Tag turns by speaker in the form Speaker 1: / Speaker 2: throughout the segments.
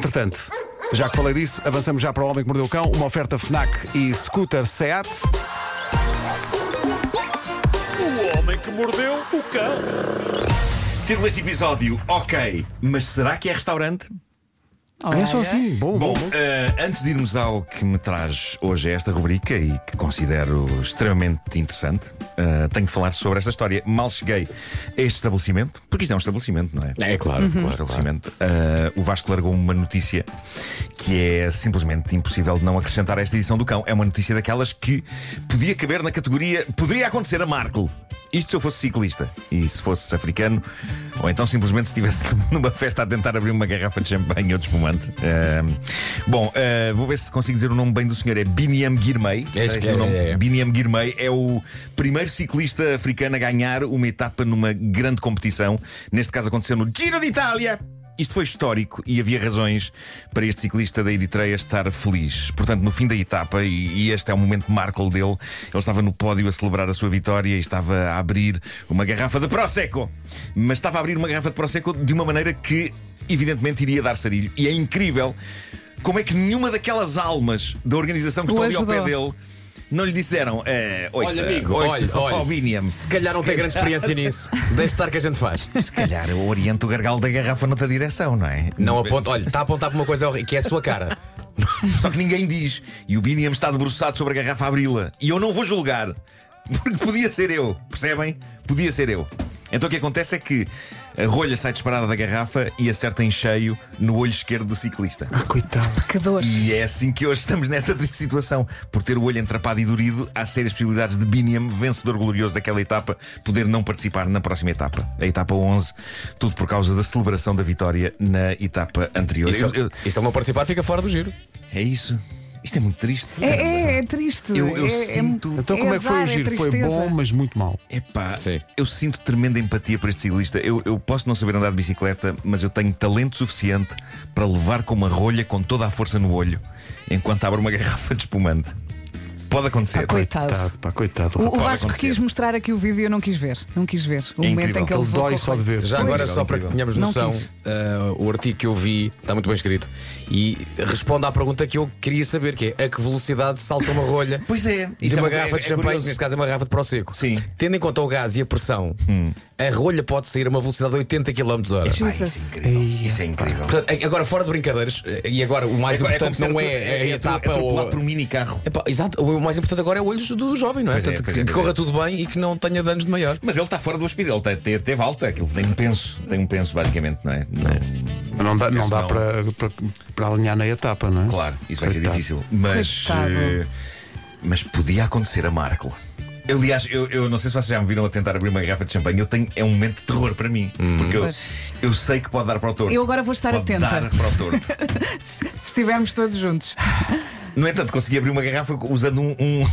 Speaker 1: Entretanto, já que falei disso, avançamos já para o Homem que Mordeu o Cão, uma oferta FNAC e Scooter SEAT.
Speaker 2: O homem que mordeu o cão.
Speaker 3: Título deste episódio, ok, mas será que é restaurante?
Speaker 1: É só assim, bom,
Speaker 3: Bom,
Speaker 1: bom.
Speaker 3: eh, antes de irmos ao que me traz hoje a esta rubrica e que considero extremamente interessante, eh, tenho de falar sobre esta história. Mal cheguei a este estabelecimento, porque isto é um estabelecimento, não é?
Speaker 2: É claro,
Speaker 3: Um estabelecimento. Eh, o Vasco largou uma notícia que é simplesmente impossível de não acrescentar a esta edição do cão. É uma notícia daquelas que podia caber na categoria Poderia acontecer a Marco. Isto se eu fosse ciclista e se fosse africano, ou então simplesmente se estivesse numa festa a tentar abrir uma garrafa de champanhe ou de espumante. Ahm, bom, ah, vou ver se consigo dizer o nome bem do senhor. É Biniam Girmay.
Speaker 2: É isso
Speaker 3: Esse
Speaker 2: que
Speaker 3: o
Speaker 2: é,
Speaker 3: nome.
Speaker 2: é, é.
Speaker 3: Biniam Girmay é o primeiro ciclista africano a ganhar uma etapa numa grande competição. Neste caso aconteceu no Giro de Itália. Isto foi histórico e havia razões para este ciclista da Eritreia estar feliz. Portanto, no fim da etapa, e, e este é o momento marco dele, ele estava no pódio a celebrar a sua vitória e estava a abrir uma garrafa de Prosecco. Mas estava a abrir uma garrafa de Prosecco de uma maneira que, evidentemente, iria dar sarilho. E é incrível como é que nenhuma daquelas almas da organização que estão
Speaker 4: O
Speaker 3: ali ao pé
Speaker 4: ajudou.
Speaker 3: dele não lhe disseram, eh, ouça,
Speaker 2: Olha, amigo,
Speaker 3: ouça,
Speaker 2: olha, olha.
Speaker 3: ó, Miniam,
Speaker 2: é, Se calhar não tem grande experiência nisso. Deixe estar que a gente faz.
Speaker 3: se calhar eu oriento o gargalo da garrafa noutra direção, não é?
Speaker 2: Não aponta, olha, está a apontar para uma coisa horrível, que é a sua cara.
Speaker 3: Só que ninguém diz. E o Biniam está debruçado sobre a garrafa a abri-la. E eu não vou julgar. Porque podia ser eu, percebem? Podia ser eu. Então o que acontece é que a rolha sai disparada da garrafa e acerta em cheio no olho esquerdo do ciclista.
Speaker 4: Que dor.
Speaker 3: E é assim que hoje estamos nesta triste situação. Por ter o olho entrapado e dorido, há sérias possibilidades de Biniam, vencedor glorioso daquela etapa, poder não participar na próxima etapa. A etapa 11. Tudo por causa da celebração da vitória na etapa anterior.
Speaker 2: E se,
Speaker 3: Eu- eu-
Speaker 2: ele- e se ele não participar, fica fora do giro.
Speaker 3: é isso. Isto é muito triste.
Speaker 4: É, é, é triste.
Speaker 3: Eu- eu
Speaker 4: é,
Speaker 3: sinto-
Speaker 1: Então, como é que foi o
Speaker 4: azar,
Speaker 1: giro? foi
Speaker 4: tristeza.
Speaker 1: bom, mas muito mal.
Speaker 3: Epá,
Speaker 2: Sim.
Speaker 3: eu sinto tremenda empatia por este ciclista. Eu, eu posso não saber andar de bicicleta, mas eu tenho talento suficiente para levar com uma rolha com toda a força no olho enquanto abro uma garrafa de espumante. Pode acontecer.
Speaker 4: Ah, coitado.
Speaker 1: Coitado, pá, coitado.
Speaker 4: O, o
Speaker 3: Pode
Speaker 4: Vasco
Speaker 3: acontecer.
Speaker 4: quis mostrar aqui o vídeo e eu não quis ver. Não quis ver. O
Speaker 3: É
Speaker 4: momento
Speaker 3: incrível.
Speaker 4: em que ele
Speaker 1: Ele
Speaker 4: levou com
Speaker 1: dói
Speaker 4: a
Speaker 1: só de
Speaker 4: corrente.
Speaker 1: ver.
Speaker 2: Já agora,
Speaker 3: Incrível,
Speaker 2: só para que
Speaker 3: é incrível.
Speaker 2: tenhamos
Speaker 4: Não
Speaker 2: noção,
Speaker 4: quis.
Speaker 2: ah, o artigo que eu vi está muito bem escrito e responde à pergunta que eu queria saber: que é a que velocidade salta uma rolha?
Speaker 3: Pois é,
Speaker 2: E de
Speaker 3: é
Speaker 2: uma
Speaker 3: uma-
Speaker 2: garrafa
Speaker 3: é-
Speaker 2: de
Speaker 3: é
Speaker 2: champanhe,
Speaker 3: curioso.
Speaker 2: neste caso é uma garrafa de Prosecco.
Speaker 3: Sim. Hum.
Speaker 2: Tendo em conta o gás e a pressão, a rolha pode sair a uma velocidade de 80 km hora.
Speaker 3: Pá, isso é incrível. Isso é incrível.
Speaker 2: Portanto, a- agora, fora de brincadeiras, eh, e agora o mais
Speaker 3: É co- é como
Speaker 2: importante
Speaker 3: ser
Speaker 2: não é,
Speaker 3: atro-
Speaker 2: é a
Speaker 3: é atro-
Speaker 2: etapa
Speaker 3: atropelar
Speaker 2: ou.
Speaker 3: por um mini carro.
Speaker 2: Epá, exato, o mais importante agora é o olho do jovem, não é?
Speaker 3: Pois é,
Speaker 2: Portanto,
Speaker 3: pois
Speaker 2: que,
Speaker 3: é,
Speaker 2: que
Speaker 3: pois
Speaker 2: corra
Speaker 3: é.
Speaker 2: tudo bem e que não tenha danos de maior.
Speaker 3: Mas ele está fora do hospital, ele te- teve alta, aquilo tem um penso, tem um penso basicamente, não é? Não-
Speaker 1: Não dá, não
Speaker 3: Penso
Speaker 1: dá
Speaker 3: não.
Speaker 1: para, para, para alinhar na etapa, não é?
Speaker 3: Claro, isso vai ser
Speaker 1: Coitado.
Speaker 3: difícil. Mas,
Speaker 4: Coitado.
Speaker 3: eh, mas podia acontecer a Marco. Eu, Aliás, eu, eu não sei se vocês já me viram a tentar abrir uma garrafa de champanhe. Eu tenho, é um momento de terror para mim. Porque eu,
Speaker 4: Pois.
Speaker 3: eu sei que pode dar para o torto.
Speaker 4: Eu agora vou estar
Speaker 3: pode
Speaker 4: atenta.
Speaker 3: Dar para o torto.
Speaker 4: Se se estivermos todos juntos.
Speaker 3: No entanto, consegui abrir uma garrafa usando um, um,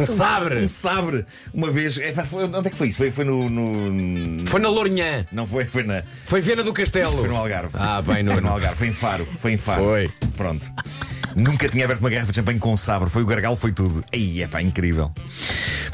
Speaker 2: Um sabre!
Speaker 3: um sabre. Uma vez. Epá, foi- onde é que foi isso? Foi, foi no, no-
Speaker 2: Foi na Lourinhã,
Speaker 3: Não foi, foi na.
Speaker 2: Hum. foi Viana do Castelo.
Speaker 3: Foi no Algarve.
Speaker 2: Ah, bem,
Speaker 3: Foi no
Speaker 2: Nuno.
Speaker 3: Algarve, foi em Faro. Foi em Faro.
Speaker 2: Foi.
Speaker 3: Pronto. Nunca tinha aberto uma garrafa de champanhe com um sabre. Foi o gargalo, foi tudo. Aí, é pá, incrível.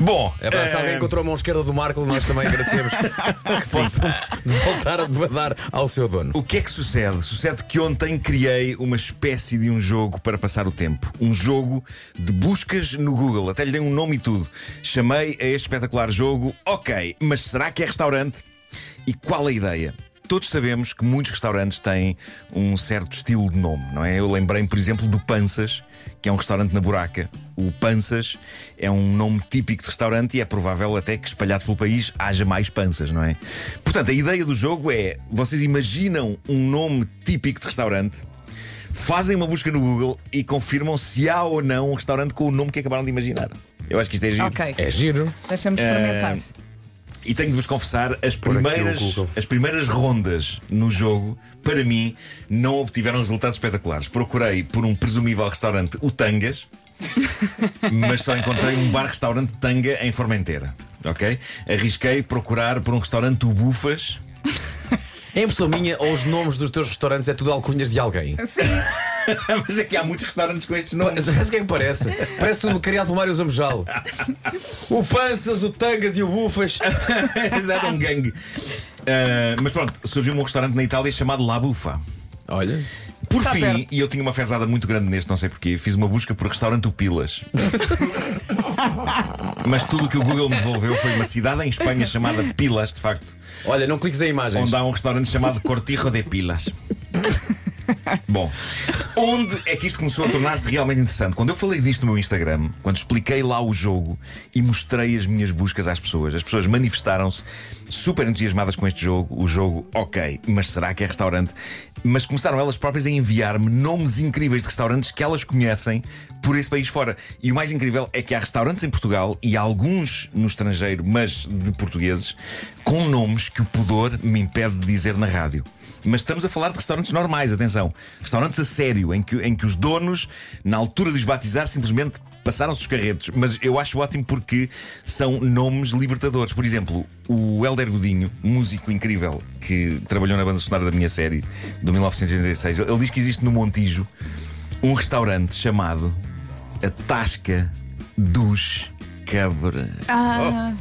Speaker 3: Bom.
Speaker 2: É pá, se
Speaker 3: eh,
Speaker 2: alguém encontrou a mão esquerda do Marco, nós também agradecemos que possam voltar a dar ao seu dono.
Speaker 3: O que é que sucede? Sucede que ontem criei uma espécie de um jogo para passar o tempo. Um jogo de buscas no Google. Até lhe dei um nome e tudo. Chamei a este espetacular jogo Ok, mas será que é restaurante? E qual a ideia? Todos sabemos que muitos restaurantes têm um certo estilo de nome, não é? Eu lembrei-me, por exemplo, do Panças, que é um restaurante na Buraca. O Panças é um nome típico de restaurante e é provável até que espalhado pelo país haja mais panças, não é? Portanto, a ideia do jogo é: vocês imaginam um nome típico de restaurante, fazem uma busca no Google e confirmam se há ou não um restaurante com o nome que acabaram de imaginar. Eu acho que isto é giro.
Speaker 4: Ok,
Speaker 2: É giro.
Speaker 4: deixamos experimentar.
Speaker 3: E tenho de vos confessar, as
Speaker 1: aqui
Speaker 3: primeiras,
Speaker 1: o Google.
Speaker 3: as primeiras rondas no jogo, para mim, não obtiveram resultados espetaculares. Procurei por um presumível restaurante, o Tangas, mas só encontrei um bar-restaurante Tanga em Formentera. Ok? Arrisquei procurar por um restaurante, o Bufas.
Speaker 2: Em pessoa minha, ou os nomes dos teus restaurantes é tudo alcunhas de alguém.
Speaker 3: mas aqui há muitos restaurantes com estes nomes.
Speaker 2: Sabes o que é que parece? Parece tudo criado pelo Mário Zamojal. O Panças, o Tangas e o Bufas.
Speaker 3: Exato, é um gangue. Ah, mas pronto, surgiu um restaurante na Itália chamado La Bufa.
Speaker 2: Olha,
Speaker 3: Por
Speaker 4: Está
Speaker 3: fim,
Speaker 4: perto.
Speaker 3: e eu tinha uma fezada muito grande neste, não sei porquê, fiz uma busca por restaurante Upilas. Mas tudo o que o Google me devolveu foi uma cidade em Espanha chamada Pilas, de facto,
Speaker 2: Olha, não cliques em imagens.
Speaker 3: onde há um restaurante chamado Cortijo de Pilas. Bom, onde é que isto começou a tornar-se realmente interessante? Quando eu falei disto no meu Instagram, quando expliquei lá o jogo e mostrei as minhas buscas às pessoas, as pessoas manifestaram-se super entusiasmadas com este jogo. O jogo, ok, mas será que é restaurante? Mas começaram elas próprias a enviar-me nomes incríveis de restaurantes que elas conhecem por esse país fora. E o mais incrível é que há restaurantes em Portugal e alguns no estrangeiro, mas de portugueses, com nomes que o pudor me impede de dizer na rádio. Mas estamos a falar de restaurantes normais, atenção. Restaurantes a sério, em que, em que os donos, na altura de os batizar, simplesmente passaram-se os carretos. Mas eu acho ótimo porque são nomes libertadores. Por exemplo, o Helder Godinho, músico incrível, que trabalhou na banda sonora da minha série, de 1986, ele diz que existe no Montijo um restaurante chamado A Tasca dos Cabra.
Speaker 4: Ah,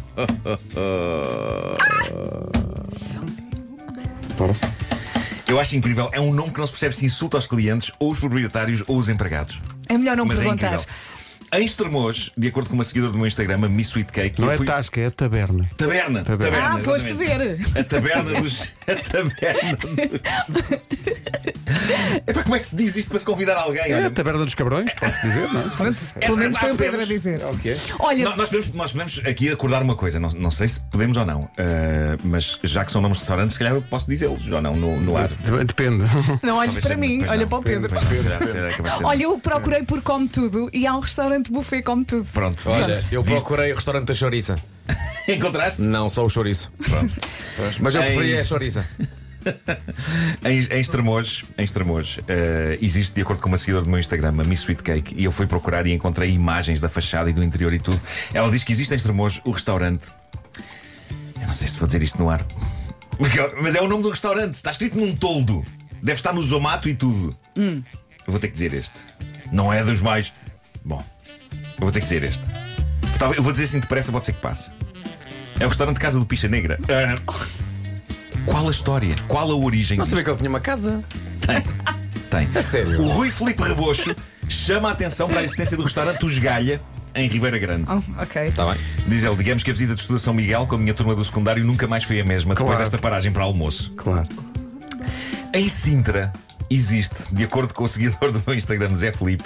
Speaker 3: Eu acho incrível. É um nome que não se percebe se insulta aos clientes, ou os proprietários, ou os empregados.
Speaker 4: é melhor não
Speaker 3: Mas é
Speaker 4: perguntar.
Speaker 3: incrível. Em Estremoz, de acordo com uma seguidora do meu Instagram, a Miss Sweet Cake,
Speaker 1: Não
Speaker 3: eu
Speaker 1: é
Speaker 3: fui-
Speaker 1: tasca, é taberna.
Speaker 3: taberna, taberna.
Speaker 4: ah, foste
Speaker 3: exatamente.
Speaker 4: ver.
Speaker 3: A taberna dos. A taberna dos. Epá, como é que se diz isto para se convidar alguém?
Speaker 1: É a
Speaker 3: Olha,
Speaker 1: taberna dos cabrões, posso dizer, não é?
Speaker 4: Pronto, pelo
Speaker 3: É,
Speaker 4: menos
Speaker 3: pá,
Speaker 4: foi o
Speaker 3: podemos-
Speaker 4: Pedro a dizer.
Speaker 2: Ok.
Speaker 4: Olha,
Speaker 3: No- Nós podemos, nós podemos aqui acordar uma coisa, não, não sei se podemos ou não, eh, mas já que são nomes de restaurantes, se calhar eu posso dizê-los ou não no, no ar.
Speaker 1: Depende.
Speaker 4: não
Speaker 3: Talvez
Speaker 4: olhes para
Speaker 3: seja-
Speaker 4: mim,
Speaker 3: pois
Speaker 4: olha
Speaker 3: não.
Speaker 4: para o Pedro.
Speaker 3: Pois, será- será que vai ser-
Speaker 4: Olha, eu procurei por Come Tudo e há um restaurante buffet Come Tudo.
Speaker 3: Pronto,
Speaker 2: Olha,
Speaker 3: viste?
Speaker 2: eu
Speaker 3: Viste?
Speaker 2: procurei o restaurante da chouriça.
Speaker 3: Encontraste?
Speaker 2: Não, só o chouriço.
Speaker 3: Pronto.
Speaker 2: Mas eu
Speaker 3: Ei.
Speaker 2: preferia a chouriça.
Speaker 3: Em, em Estremoz, em Estremoz eh, existe, de acordo com uma seguidora do meu Instagram, a Miss Sweet Cake, e eu fui procurar e encontrei imagens da fachada e do interior e tudo. Ela diz que existe em Estremoz o restaurante. Eu não sei se vou dizer isto no ar. Porque é- Mas é o nome do restaurante, está escrito num toldo. Deve estar no Zomato e tudo.
Speaker 2: Hum.
Speaker 3: Eu vou ter que dizer este. Não é dos mais. Bom, eu vou ter que dizer este. Talvez- Eu vou dizer assim depressa, pode ser que passe. É o restaurante Casa do Picha Negra. Eh, qual a história? Qual a origem
Speaker 2: É. Não
Speaker 3: disto?
Speaker 2: sabia que ele tinha uma casa.
Speaker 3: Tem. Tem.
Speaker 2: A sério?
Speaker 3: O Rui Felipe Rebocho chama a atenção para a existência do restaurante Os Galha, em Ribeira Grande.
Speaker 4: Oh, ok.
Speaker 2: Está bem.
Speaker 3: Diz ele, digamos que a visita de estudo a São Miguel com a minha turma do secundário nunca mais foi a mesma depois
Speaker 1: Claro.
Speaker 3: desta paragem para almoço.
Speaker 1: Claro.
Speaker 3: Em Sintra existe, de acordo com o seguidor do meu Instagram, Zé Felipe,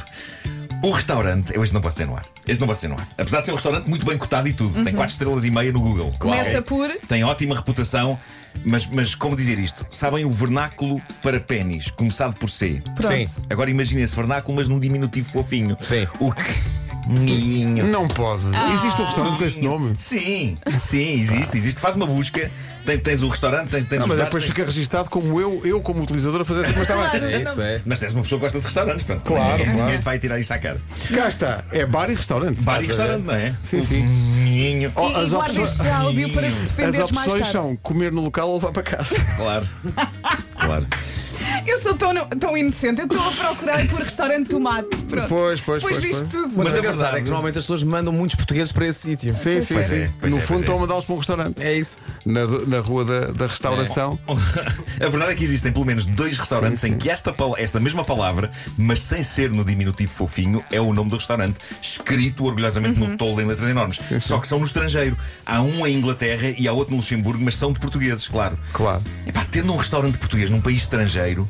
Speaker 3: o restaurante. Eu este não posso dizer no ar. Este não posso dizer no ar. Apesar de ser um restaurante muito bem cotado e tudo, tem 4 estrelas e meia no Google.
Speaker 4: Uhum. Começa
Speaker 3: Ok?
Speaker 4: por-
Speaker 3: Tem ótima reputação, mas, mas como dizer isto? Sabem o vernáculo para pênis, começado por C.
Speaker 2: Sim.
Speaker 3: Agora imaginem esse vernáculo, mas num diminutivo fofinho.
Speaker 2: Sim.
Speaker 3: O que. Ninho.
Speaker 1: Não pode.
Speaker 4: Ah.
Speaker 1: Existe um restaurante com esse nome.
Speaker 3: Sim, sim, existe, existe. Faz uma busca. Tens, tens o restaurante, tens, tens
Speaker 1: Não,
Speaker 3: os
Speaker 1: mas é
Speaker 3: dados,
Speaker 1: depois
Speaker 3: tens-
Speaker 1: fica registado como eu, eu como utilizador, a fazer assim. Mas está bem.
Speaker 2: É isso, é.
Speaker 3: Mas tens uma pessoa que gosta de restaurantes, pronto.
Speaker 1: Claro,
Speaker 3: ninguém,
Speaker 1: claro.
Speaker 3: ninguém te vai tirar isso à cara.
Speaker 1: Cá está. É bar e restaurante.
Speaker 3: Bar e
Speaker 2: Estás a ver?
Speaker 3: restaurante, não é?
Speaker 1: Sim, sim.
Speaker 3: Ninho.
Speaker 4: E,
Speaker 1: Oh,
Speaker 4: e
Speaker 1: as
Speaker 4: guarda
Speaker 1: opções-
Speaker 4: este áudio para te
Speaker 1: As
Speaker 4: defenderes mais
Speaker 1: opções
Speaker 4: tarde.
Speaker 1: são comer no local ou levar para casa.
Speaker 3: Claro. claro.
Speaker 4: Eu sou tão, tão inocente, eu estou a procurar por restaurante tomate. Pronto.
Speaker 1: Pois, pois,
Speaker 4: Depois
Speaker 1: pois,
Speaker 4: disto tudo.
Speaker 2: Mas
Speaker 3: Mas
Speaker 2: a
Speaker 3: é
Speaker 2: verdade
Speaker 3: verdade.
Speaker 2: é que normalmente as pessoas mandam muitos portugueses para esse sítio.
Speaker 1: Sim, sim,
Speaker 3: Pois
Speaker 1: sim.
Speaker 3: é, pois
Speaker 1: no
Speaker 3: é,
Speaker 1: fundo
Speaker 3: pois é.
Speaker 1: estão a mandá-los para um restaurante.
Speaker 2: É isso.
Speaker 1: Na, do- na rua da, da restauração.
Speaker 3: A verdade é que existem pelo menos dois restaurantes em que esta, pal- esta mesma palavra, mas sem ser no diminutivo fofinho, é o nome do restaurante, escrito orgulhosamente no tolo em letras enormes. Só que são no estrangeiro. Há um em Inglaterra e há outro no Luxemburgo, mas são de portugueses, claro.
Speaker 1: Claro.
Speaker 3: Epá, tendo um restaurante português num país estrangeiro,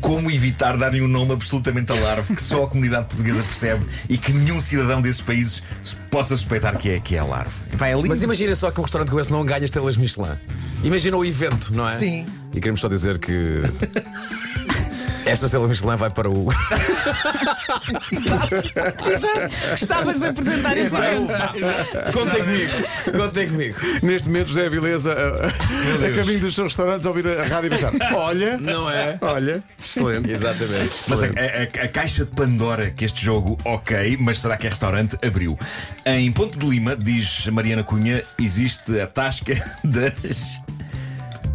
Speaker 3: como evitar dar-lhe um nome absolutamente alarve que só a comunidade portuguesa percebe e que nenhum cidadão desses países possa suspeitar que é, que é alarve? Epá, é lindo.
Speaker 2: Mas imagina só que um restaurante com esse não ganha estrelas Michelin. Imagina o evento, não é?
Speaker 3: Sim.
Speaker 2: E queremos só dizer que. Esta estrela Michelin vai para o.
Speaker 4: Gostavas de apresentar esse evento.
Speaker 2: Contem comigo. Contem comigo.
Speaker 1: Neste momento, José Vileza, a, a- a
Speaker 3: É. Deus.
Speaker 1: caminho dos seus restaurantes, a ouvir a rádio e pensar: olha,
Speaker 2: Não é?
Speaker 1: olha, excelente. é
Speaker 2: Exatamente.
Speaker 3: Mas a, a- a caixa de Pandora que este jogo, ok, mas será que é restaurante, abriu. Em Ponte de Lima, diz Mariana Cunha, existe a tasca das.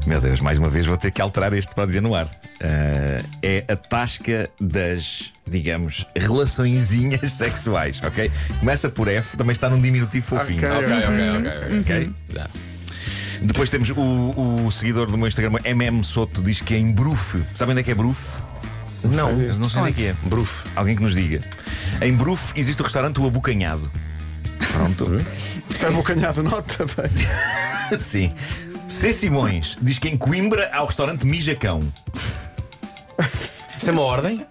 Speaker 3: Meu Deus, mais uma vez vou ter que alterar este para dizer no ar. Ah, é a tasca das, digamos, relaçõezinhas sexuais, ok? Começa por F, também está num diminutivo fofinho.
Speaker 1: Ok.
Speaker 2: Ok, ok, ok. ok.
Speaker 3: ok?
Speaker 2: Já.
Speaker 3: Depois temos o, o seguidor do meu Instagram, MM Soto, diz que é em Brufe. Sabem onde é que é Brufe? Não, mas não sei onde é que é.
Speaker 2: Bruf.
Speaker 3: Alguém que nos diga. Em Bruf existe o restaurante O Abocanhado. Pronto.
Speaker 1: Está abocanhado, um nota bem.
Speaker 3: Sim. C. Simões diz que em Coimbra há o restaurante Mijacão.
Speaker 2: Isso é uma ordem?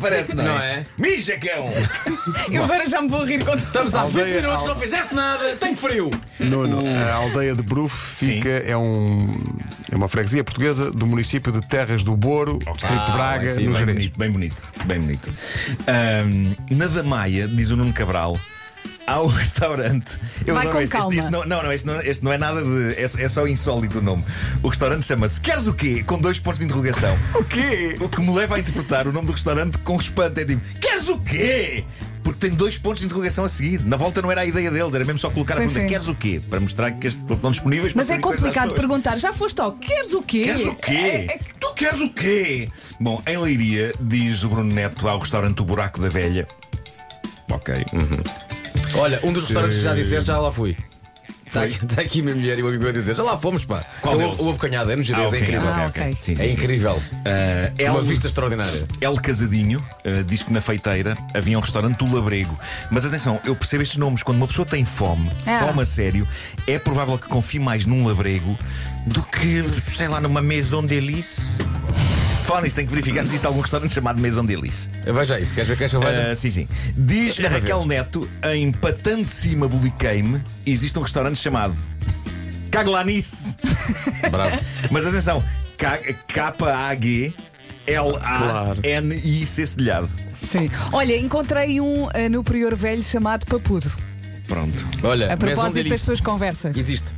Speaker 3: Parece,
Speaker 2: Não é?
Speaker 3: Mijacão!
Speaker 4: Eu agora já me vou rir quando.
Speaker 3: Então,
Speaker 2: Estamos há 20
Speaker 1: Aldeia,
Speaker 2: minutos,
Speaker 1: al-
Speaker 2: não fizeste nada, tenho frio.
Speaker 1: Nuno, a aldeia de Bruf
Speaker 3: Sim.
Speaker 1: fica, é, um, é uma freguesia portuguesa do município de Terras do Boro, distrito de
Speaker 2: Ah,
Speaker 1: Braga,
Speaker 2: bem, sim,
Speaker 1: É no
Speaker 3: Bem
Speaker 1: Jerez.
Speaker 3: bonito, bem bonito, bem bonito. Ahm, na Damaia, diz o Nuno Cabral, há um restaurante. Eu
Speaker 4: Vai
Speaker 3: adoro
Speaker 4: com
Speaker 3: este, este-
Speaker 4: calma.
Speaker 3: este não, não, não, este não, este não é nada de. É, é só insólito o nome. O restaurante chama-se Queres o quê? Com dois pontos de interrogação.
Speaker 1: O quê?
Speaker 3: O que me leva a interpretar o nome do restaurante com espanto. É tipo, queres o quê? Porque tem dois pontos de interrogação a seguir. Na volta não era a ideia deles, era mesmo só colocar a
Speaker 4: Sim,
Speaker 3: pergunta:
Speaker 4: sim.
Speaker 3: queres o quê? Para mostrar que este- estão disponíveis para
Speaker 4: Mas é
Speaker 3: servir coisas às
Speaker 4: complicado
Speaker 3: pessoas.
Speaker 4: perguntar. Já foste ao queres o quê?
Speaker 3: então, Queres o quê?
Speaker 4: É- é-
Speaker 3: Tu queres o quê? Bom, em Leiria, diz o Bruno Neto ao restaurante O Buraco da Velha. Ok.
Speaker 2: Uhum.
Speaker 3: Ah,
Speaker 2: Olha, um dos restaurantes que já disseste, já lá fui. Está aqui, tá aqui a minha mulher e o amigo meu a dizer, já lá fomos, pá.
Speaker 3: Qual
Speaker 2: Então,
Speaker 3: deles?
Speaker 2: o, o abocanhado é no Jerez, é incrível.
Speaker 4: Ah, ok.
Speaker 3: Sim, sim,
Speaker 2: É
Speaker 3: sim.
Speaker 2: incrível.
Speaker 3: Ah,
Speaker 2: Uma
Speaker 3: El-
Speaker 2: vista extraordinária.
Speaker 3: El Casadinho ah, diz que na feiteira havia um restaurante do Labrego. Mas atenção, eu percebo estes nomes. Quando uma pessoa tem fome,
Speaker 4: Ah.
Speaker 3: fome a sério, é provável que confie mais num Labrego do que, sei lá, numa Maison Delice. Falando nisso, tem que verificar se existe algum restaurante chamado Maison Delice.
Speaker 2: Veja isso, queres ver que esta veja?
Speaker 3: Ah, sim, sim. Diz a
Speaker 2: Deve
Speaker 3: Raquel Neto, em Patã de Cima Buliqueime, existe um restaurante chamado Caglanice.
Speaker 2: Bravo.
Speaker 3: Mas atenção, K-A-G-L-A-N-I-C cedilhado.
Speaker 4: Sim. Olha, encontrei um eh, no Prior Velho chamado Papudo.
Speaker 3: Pronto.
Speaker 2: Olha,
Speaker 4: A
Speaker 2: Maison
Speaker 4: propósito das
Speaker 2: Delice.
Speaker 4: suas conversas.
Speaker 2: Existe.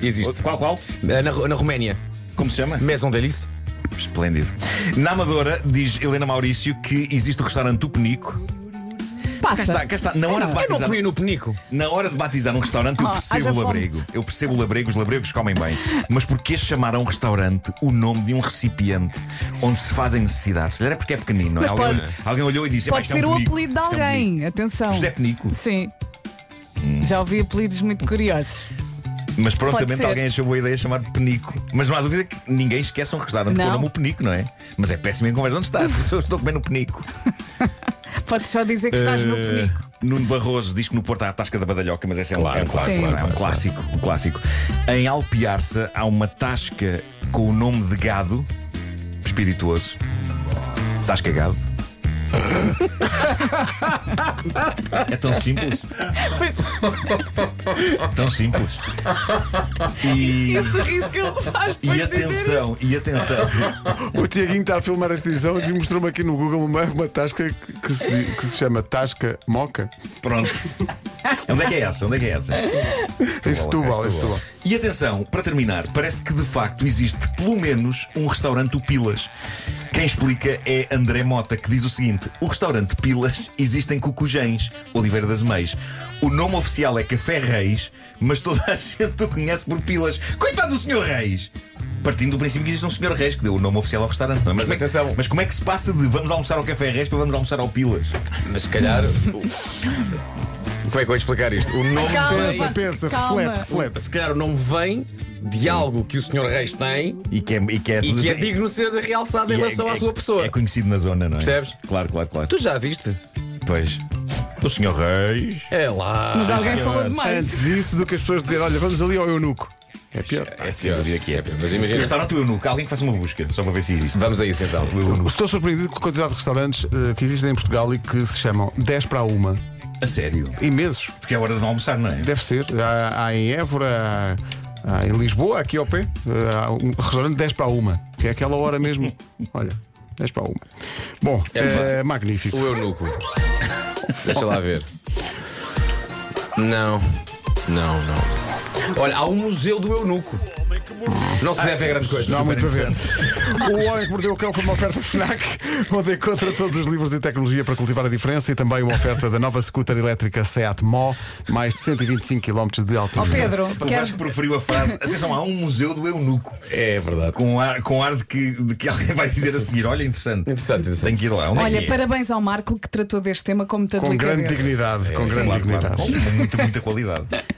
Speaker 2: Existe.
Speaker 3: Qual, qual?
Speaker 2: Ah, Na, Ru- na Roménia.
Speaker 3: Como se chama?
Speaker 2: Maison Delice.
Speaker 3: Esplêndido. Na Amadora, diz Helena Maurício que existe o restaurante O Penico. Cá
Speaker 4: Passa.
Speaker 3: está, cá está. Na hora de
Speaker 2: Eu não
Speaker 3: batizar.
Speaker 2: comi no Penico.
Speaker 3: Na hora de batizar um restaurante, eu
Speaker 4: Oh,
Speaker 3: percebo
Speaker 4: haja
Speaker 3: o labrego. Eu percebo o labrego, os labregos comem bem. Mas porquê chamar a um restaurante o nome de um recipiente onde se fazem necessidades? Se calhar é porque é pequenino, não é?
Speaker 4: Mas
Speaker 3: Alguém,
Speaker 4: pode-
Speaker 3: alguém olhou e disse: "Epá,
Speaker 4: Pode
Speaker 3: isto é
Speaker 4: ser
Speaker 3: um
Speaker 4: o
Speaker 3: penico,
Speaker 4: apelido de
Speaker 3: isto é um penico."
Speaker 4: alguém. Atenção.
Speaker 3: José Penico. Hum.
Speaker 4: Sim. Já ouvi apelidos muito curiosos.
Speaker 3: Mas
Speaker 4: Pode
Speaker 3: prontamente
Speaker 4: ser.
Speaker 3: alguém achou boa ideia chamar Penico. Mas não há dúvida que ninguém esquece um restaurante com o
Speaker 4: Não.
Speaker 3: nome o Penico, não é? Mas é péssimo em conversa. Onde estás? Eu estou comendo o Penico.
Speaker 4: Podes só dizer que estás
Speaker 3: Eh.
Speaker 4: no penico.
Speaker 3: Nuno Barroso diz que no Porto há a Tasca da Badalhoca, mas essa é, um-
Speaker 2: Claro,
Speaker 3: é um
Speaker 2: claro,
Speaker 3: clássico.
Speaker 2: claro,
Speaker 3: não é? É um
Speaker 2: claro.
Speaker 3: clássico, um clássico. Em Alpiarça há uma tasca com o nome de gado espirituoso. Tasca gado. é tão simples,
Speaker 4: Pois,
Speaker 3: tão simples. E,
Speaker 4: e o sorriso que ele faz depois
Speaker 3: e
Speaker 4: de dizer
Speaker 3: atenção, e atenção.
Speaker 1: O Tiaguinho está a filmar esta edição e mostrou-me aqui no Google uma, uma tasca que, que se, que se chama Tasca Moca.
Speaker 3: Pronto. Onde é que é essa? Onde é que é essa? é
Speaker 1: Em Setúbal, em Setúbal.
Speaker 3: E atenção, para terminar, parece que de facto existe pelo menos um restaurante o Pilas. Quem explica é André Mota, que diz o seguinte: o restaurante Pilas existe em Cucujens, Oliveira das Meias. O nome oficial é Café Reis, mas toda a gente o conhece por Pilas. Coitado do Senhor Reis! Partindo do princípio que existe um Senhor Reis que deu o nome oficial ao restaurante. não é? Mas,
Speaker 2: Mas
Speaker 3: é que-
Speaker 2: atenção.
Speaker 3: mas como é que se passa de vamos almoçar ao Café Reis para vamos almoçar ao Pilas?
Speaker 2: Mas se calhar. o- Como é que eu vou explicar isto? O nome
Speaker 4: Calma,
Speaker 2: vem.
Speaker 4: pá.
Speaker 1: Pensa,
Speaker 4: Calma.
Speaker 1: reflete, reflete.
Speaker 2: Se calhar o nome vem de algo que o Sr. Reis tem
Speaker 3: E que é, e que é,
Speaker 2: e
Speaker 3: tudo-
Speaker 2: que é digno de ser realçado em
Speaker 3: E é-
Speaker 2: relação
Speaker 3: é-
Speaker 2: à sua pessoa.
Speaker 3: É conhecido na zona, não é?
Speaker 2: Percebes?
Speaker 3: Claro, claro, claro.
Speaker 2: Tu já viste?
Speaker 3: Pois. O senhor Reis.
Speaker 2: É lá.
Speaker 4: Mas alguém falou demais.
Speaker 1: Antes isso do que as pessoas dizerem, olha, vamos ali ao eunuco. É pior.
Speaker 3: É sem dúvida que é.
Speaker 2: Mas imagina.
Speaker 3: Restaurante Eunuco, alguém que faça uma busca, só para ver se existe.
Speaker 2: Vamos a isso então.
Speaker 3: O Eunuco.
Speaker 1: Estou surpreendido com a quantidade de restaurantes eh, que existem em Portugal e que se chamam 10 para 1.
Speaker 3: A sério.
Speaker 1: Imensos.
Speaker 3: Porque é hora de não almoçar, não é?
Speaker 1: Deve ser. Há, há em Évora, há, há em Lisboa, aqui ao pé, há um restaurante 10 para 1, que é aquela hora mesmo. Olha, 10 para 1. Bom, é,
Speaker 2: fácil.
Speaker 1: magnífico.
Speaker 2: O eunuco. Deixa lá ver. Não. Não, não. Olha, há um museu do eunuco. Não se deve a grande coisa.
Speaker 1: Não há muito a ver. O Homem que Mordeu o Cão foi uma oferta Fnac, onde encontra todos os livros e tecnologia para cultivar a diferença e também uma oferta da nova scooter elétrica Seat Mó, mais de 125 km de
Speaker 4: Ó
Speaker 1: altura.
Speaker 4: Oh, Pedro,
Speaker 3: O
Speaker 4: queres
Speaker 3: Vasco preferiu a frase. Atenção, há um museu do Eunuco.
Speaker 2: É verdade.
Speaker 3: Com ar, com ar de, que, de que alguém vai dizer a seguir. Olha, interessante.
Speaker 2: Interessante, interessante.
Speaker 3: Tem que ir lá. Onde é
Speaker 4: Olha,
Speaker 3: que é?
Speaker 4: parabéns ao Marco que tratou deste tema com muita
Speaker 1: Com grande
Speaker 4: delicadeza.
Speaker 3: É
Speaker 1: dignidade, com grande
Speaker 3: um Claro,
Speaker 1: dignidade.
Speaker 3: claro. Com muita, muita qualidade.